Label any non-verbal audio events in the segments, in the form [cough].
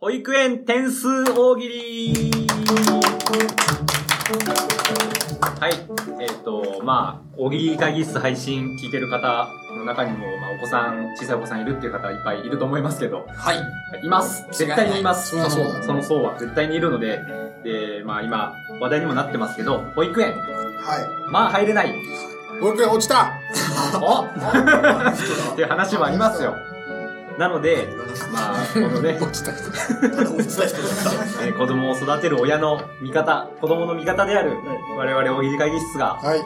保育園点数大喜利はい、えっ、と、まあ、大喜利会議室配信聞いてる方の中にも、まあ、お子さん、小さいお子さんいるっていう方いっぱいいると思いますけど、はい。います絶対にいます違いないそりゃそうだその層は絶対にいるので、で、まあ今、話題にもなってますけど、保育園、はまあ入 [laughs] れない、い。保育園落ちたお [laughs] っていう話もありますよ。なので、まあ、このね、落ちた人。ただ落ちた人だっえー子供を育てる親の味方、子供の味方である、我々大喜利会議室が、はい。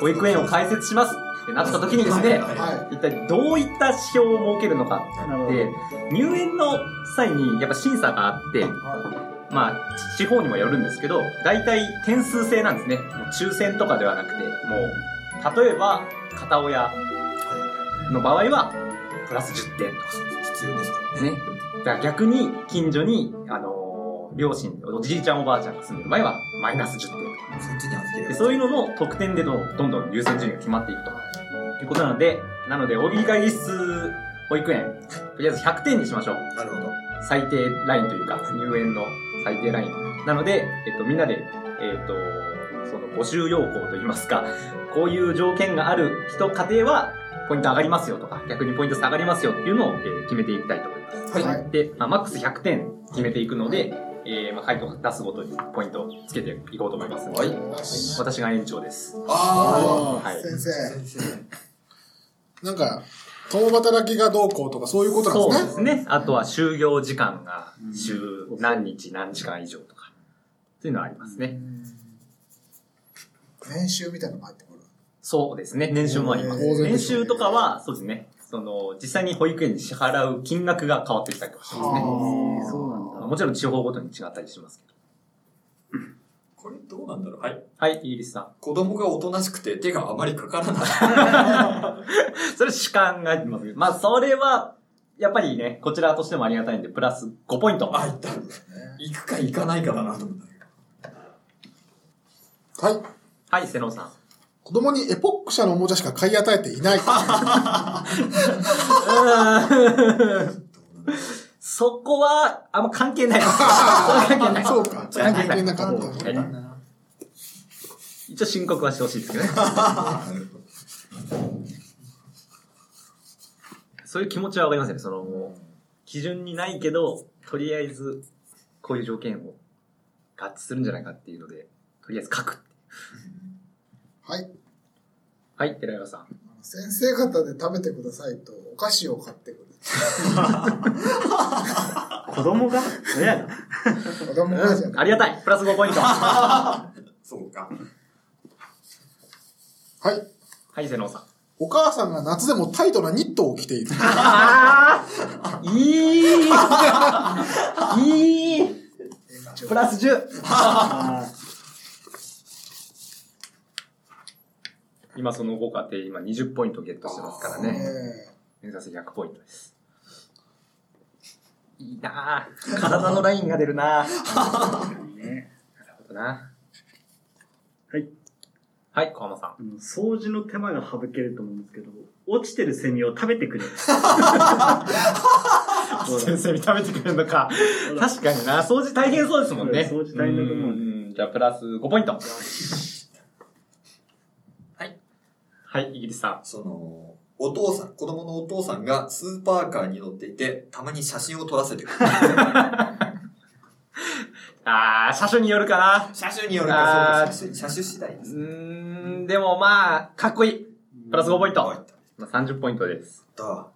保育園を開設しますってなった時にですね、はいは一体どういった指標を設けるのかって、入園の際にやっぱ審査があって、まあ、地方にもよるんですけど、大体点数制なんですね。もう抽選とかではなくて、もう、例えば、片親の場合は、プラス10点とか必要ですかですね。だから逆に、近所に、あのー両親、おじいちゃんおばあちゃんが住んでる場合は、マイナス10点とか。ら。そっちに預けるでそういうのの得点でどんどんどん優先順位が決まっていくと。いうことなので、なので、大喜利会議室保育園、とりあえず100点にしましょう。なるほど。最低ラインというか、入園の最低ライン。なので、えっと、みんなで、えっと、その募集要項といいますか、こういう条件がある人、家庭は、ポイント上がりますよとか、逆にポイント下がりますよっていうのを、えー決めていきたいと思います。い。は。はいで、まあ、マックス100点決めていくので、えーまあ、回答を出すごとにポイントをつけていこうと思いますので、い。私が園長です。ああはいー先生。ー。先生。なんか、共働きがどうこうとかそういうことなんですそうね。ですね。あとは就業時間が週何日何時間以上とか、っていうのはありますね。年収みたいなのも入ってくる。そうですね。年収もありま当す。然で年しょう収とかは、そうですね。その、実際に保育園に支払う金額が変わってきたりとかしますね。はあもちろん地方ごとに違ったりしますけど。これどうなんだろうはい。はい、イギリスさん。子供がおとなしくて手があまりかからない。それ主観がありますけど。まあ、それは、やっぱりね、こちらとしてもありがたいんで、プラス5ポイント。あ、いった。行くか行かないかだなと思った。はい。はい、瀬野さん。子供にエポック社のおもちゃしか買い与えてい [laughs] ない。そこは、あんま関係ない [laughs] です。それは関係ない。そうか。じゃあ関係なかった。はい一応申告はしてほしいです [laughs] けどね。そういう気持ちはわかりますよね。その、もう基準にないけど、とりあえず、こういう条件を合致するんじゃないかっていうので、とりあえず書く。はい。はい、寺山さん。先生方で食べてくださいと、お菓子を買ってくる。子供が親が子供がじゃない。ありがたいプラス5ポイントはそうか。はい。い、瀬能さん。お母さんが夏でもタイトなニットを着ている。ああいいいいプラス10あ今そのご家庭、今20ポイントゲットしてますからね。え目指せ100ポイントです。いいなぁ。体のラインが出るなぁ。ーねなるほどなはいはい、小浜さん。あの掃除の手間が省けると思うんですけど落ちてるセミを食べてくれるそうだ先生に食べてくれるのか。そうだ確かにな掃除大変そうですもんね。そう掃除大変だと思ううんじゃあ、プラス5ポイント。はい。はい、イギリスさん。その、お父さん、子供のお父さんがスーパーカーに乗っていて、たまに写真を撮らせてく [laughs] る。あー、車種によるかな。車種によるあか、ーそうか車種、車種次第でうす。ーん、でもまあ、かっこいい。プラス5ポインあ、いっト。まあ、30ポイントです。た。あ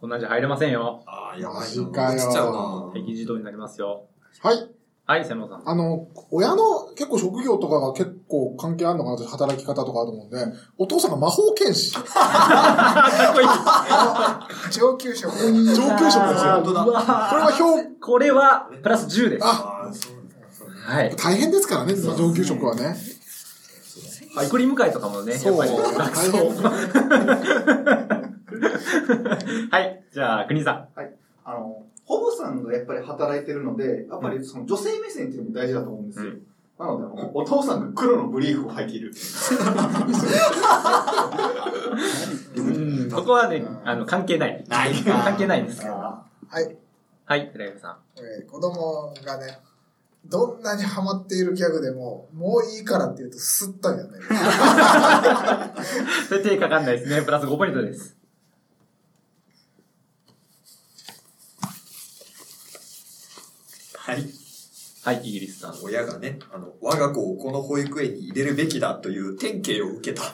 同じ入れませんよ。あー、やばいな。マジかよ落ちちゃうな。敵自動になりますよ。はい。はい、瀬野さん。あの、親の結構職業とかが結構関係あるのかなって働き方とかあると思うんで、お父さんが魔法剣士。かっこいい。上級職。上級職ですよ。こあれー本当だうわーは評、これは、プラス10です。あああ、そうなんだそうなんだはい。大変ですからね、上級職はね。送り迎えとかもね、やっぱり楽大そう。変。はい。じゃあ、国井さん。あの、保母さんがやっぱり働いてるので、やっぱりその女性目線っていうのも大事だと思うんですよ。うんなのであの、お父さんが黒のブリーフを履いている。うん。ここはね、あの、関係ない。ないか関 [laughs] 係ないです。はい。はい、寺山さん。えー子供がね、どんなにハマっているギャグでも、もういいからって言うと、すったんじゃないそれ手かかんないですね。プラス5ポイントです。はい。はい、イギリスさん。親がね、あの、我が子をこの保育園に入れるべきだという典型を受 [laughs] けた。そ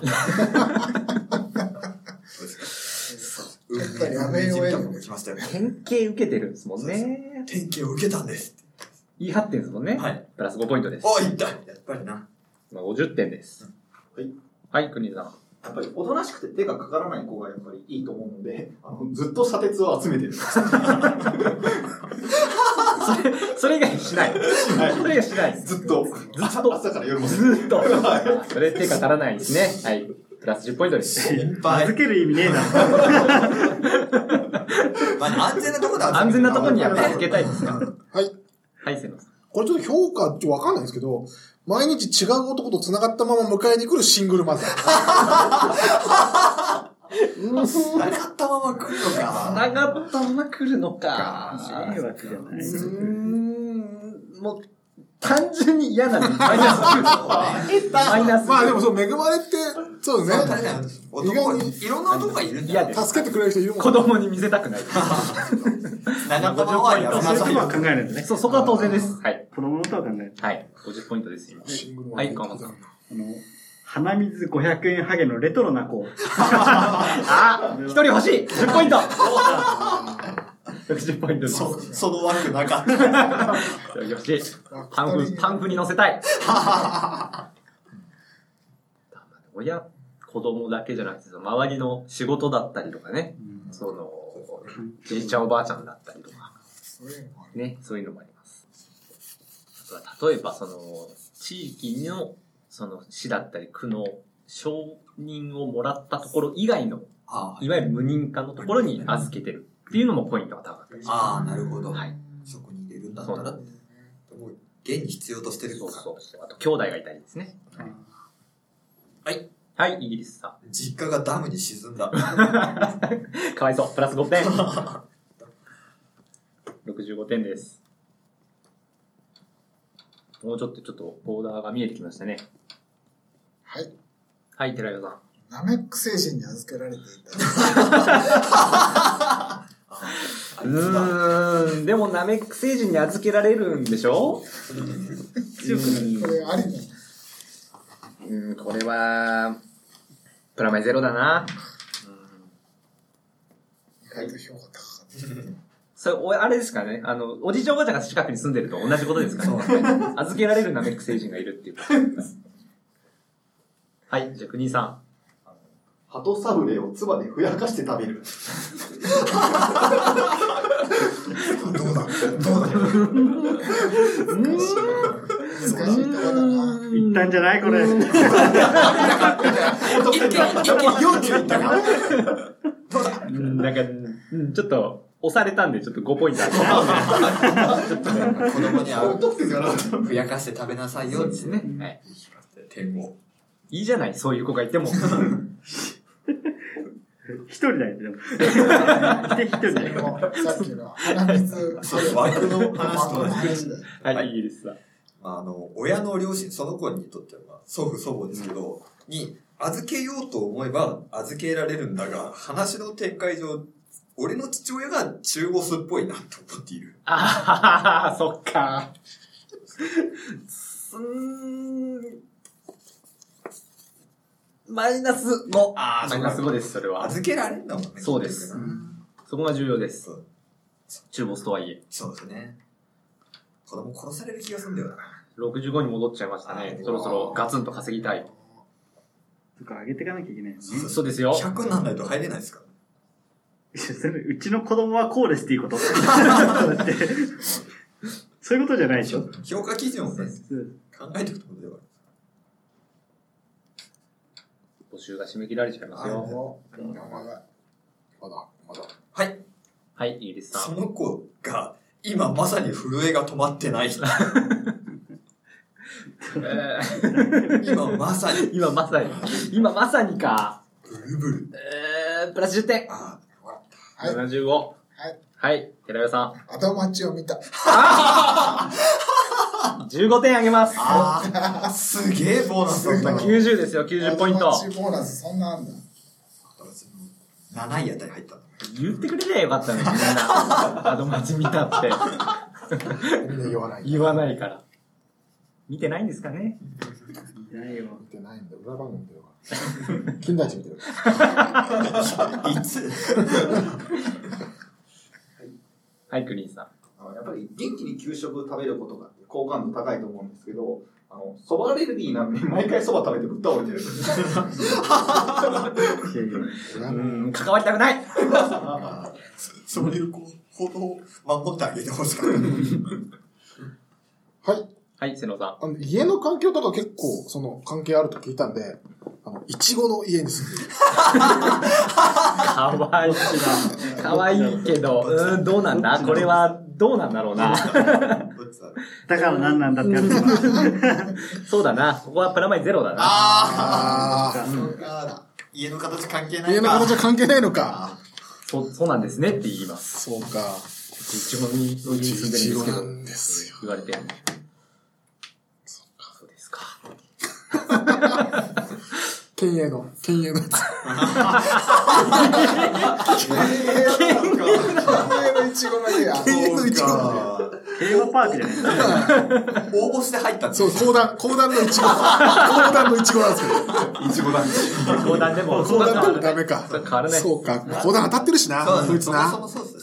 うですか。やっぱりやめよう運命じみやたねものが来ましたよ。典型受けてるんですもんね。典型を受けたんです。言い張ってんですもんね。はい。プラス5ポイントです。おいったやっぱりな。まあ、50点です。はい。はい、国枝さん。やっぱりおとなしくて手がかからない子がやっぱりいいと思うので、あのずっと砂鉄を集めてる。それ、それ以外しない。それ以外しない。ずっと。朝朝から夜も。ずーっと。それ手が足らないですね。はい。プラス10ポイントです。預ける意味ねえな。まあ、安全なところで集めて安全なところにやっぱりつけたいですかはい。はい、せのさん。これちょっと評価ちょっとわかんないんですけど、毎日違う男と繋がったまま迎えに来るシングルマザー。 [laughs] なかったまま来るのか。繋がったまま来るのか。迷惑じゃなうい。ーん、もう、単純に嫌なんで、マイナス9。マイナスまあでもそう、恵まれて、そうでそうすだねね。男にいろんな男がいるんだ嫌よ。です。助けてくれる人いるもんね子供に見せたくない。長友はやめなそういうさこいとはよ。考えないのね。そう、そこは当然です。はい。子供のことは考えない。はい。50ポイントです、今。シングルマザはー。い、川本さん。あの、鼻水500円ハゲのレトロな子。あ一人欲しい !10 ポイント [laughs] !60 ポイントです。そその枠な [laughs] かった。よし。パンフ、パンフに乗せた [laughs] い。親、子供だけじゃなくて、その周りの仕事だったりとかね。その、じいちゃんおばあちゃんだったりとか。ね、そういうのもあります。あとは、例えば、その、地域の、その、市だったり、区の承認をもらったところ以外の、あいわゆる無認可のところに預けてるっていうのもポイントが高かったりします。ああ、なるほど。はい。そこに入れるんだったら、もう、現に必要としてるそとうか。そう。あと、兄弟がいたりですね。はい。はい、イギリスさ実家がダムに沈んだ。ん。かわいそう。プラス5点。65点です。もうちょっと、ちょっと、ボーダーが見えてきましたね。はい。はい、寺岩さん。ナメック精神に預けられていた。うーん、でも、ナメック星人に預けられるんでしょ強くなる。これありなのうん、これは、プラマイゼロだな。意外と評価高かった。それ、おあれですかね。あの、おじいちゃんおばあちゃんが近くに住んでると同じことですからね。 [laughs] 預けられるナメック星人がいるっていうことです。はい、じゃあ、国井さん。鳩サブレを唾でふやかして食べる。どうだどうだ難しいとこだな。いったんじゃないこれ。一軒、一軒40いったかなうんなんか、うんちょっと、押されたんで、ちょっと5ポイントあげた。子供に会う。得点がなかった。ふやかして食べなさいよってね。はい。点を。いいじゃない、そういう子が [laughs] いても。一人だよ、でも。で、一人だでよ。も、さっきの鼻水、枠の話との同じ。話だよ。は、はいいイギリスさん。まあ、あの、親の両親、その子にとっては、まあ祖父祖母ですけど、に、預けようと思えば預けられるんだが、話の展開上、俺の父親が中国っぽいなと思っている。ああ、そっか。うーん。マイナス5。あマイナス5です、それは。預けられるんだもんね。そうです結局なそこが重要ですそう。中ボスとはいえ。そうですね。子供殺される気がするんだよな。 65に戻っちゃいましたあね。ーそろそろガツンと稼ぎたい。とか上げていかなきゃいけないよね。そうですよ。 100になんないと入れないですかいやそれうちの子供はこうですって [laughs] いうことだってそういうことじゃないでしょ。ら。評価基準をね、うん考えておくことでは募集が締め切られちゃいますよ。もう、やばいまだ、まだ。ある。はい。はい、イギリスさそん。の子が、今まさに震えが止まってない。えー今まさに、 [laughs] 今まさに、今まさにか。ブルブル。えー、プラス10点。あはい。75。はいはい、寺尾さアドマチを見た。ん。15点あげます。ああ、すげえボーナスだったな。 90ですよ、90ポイントア。ドマチボーナスそんなあんだ。 7位あたり入ったの。言ってくれりゃよかったのに、みんな。ア [laughs] ドマチ見たって。みんな言わない。言わないから。見てないんですかねいないよ。見てないんだ。裏番組だよ。 [laughs] 金田一見てる。いつはい、クリーンさん。あのやっぱり元気に給食食べることが好感度高いと思うんですけど、あの、蕎麦アレルギーなんで毎回蕎麦食べてぶっ倒れてる。いやいやうーん、関わりたくないそそういう行動を守ってあげてほしかった。はい。はい、瀬野さん。あの家の環境とか結構、その、関係あると聞いたんで、あの、いちごの家に住んでる。かわいいな。かわいいけど、うーん、どうなんだこれは、どうなんだろうな。どっちだろうだから何なんだってやるのか。そうだな。ここはプラマイゼロだな。あああ、家の形関係あ。ない家のか。形は関係ないのか。そう、そうなんですねって言います。そうか。一番に、の家に住んでるんですけど。んですよ。言われてるんで。そうですか。県営の、県営のやつ。上のイチゴの [laughs] 家や。そうかテーマパークじゃないですか。応募して入ったんそう、う。高段、高段のいちご。高段のいちごなん [laughs] ですけど。いちごだ。講談でも、高段でもダメかそれ変わら。ないそうか。高段当たってるしな、こいつな。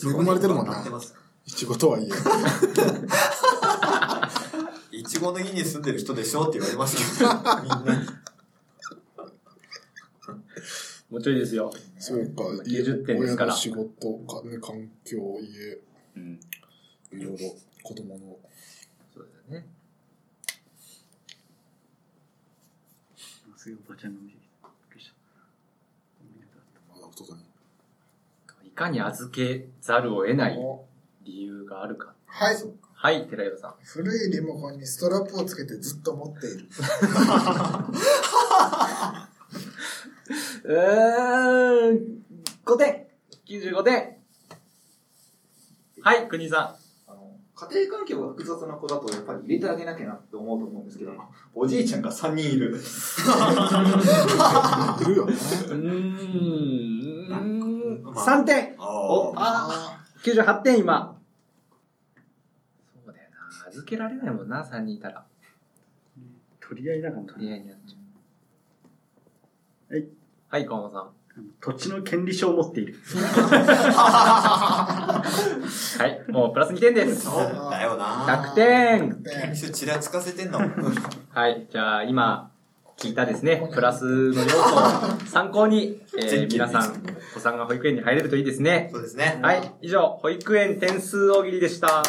恵まれてるもんなイチゴとはいえ。いちごの家に住んでる人でしょって言われますけど、みんなに。もうちょいですよ。そう [laughs] か、家90点ですから親の仕事、金、環境、家、うん。いろいろ、子供の。そうだよね。すごいおばちゃんの店。びっくりしたまだ弟にいかに預けざるを得ない理由があるか。はい。はい、寺岩さん。古いリモコンにストラップをつけてずっと持っている。うーん、5点 !95 点はい、国井さあの家庭環境が複雑な子だとやっぱり入れてあげなきゃなって思うと思うんですけど、あのおじいちゃんが3人いる。いるよね。ん。うーん、まあ3点おあ、あ。あ !98 点今。そうだよな。預けられないもんな、3人いたら。取り合いだからな取り合いになっちゃう。はい。はい、河本さ土地の権利書を持っている。ん。はい、もうプラス2点です。そう [laughs] だよな。 100。点で一緒ちらつかせてん [laughs] だもん。はい、じゃあ今、聞いたですね、プラスの要素を参考に、えー皆さん、お子さんが保育園に入れるといいですね。そうですね。はい、以上、保育園点数大喜利でした。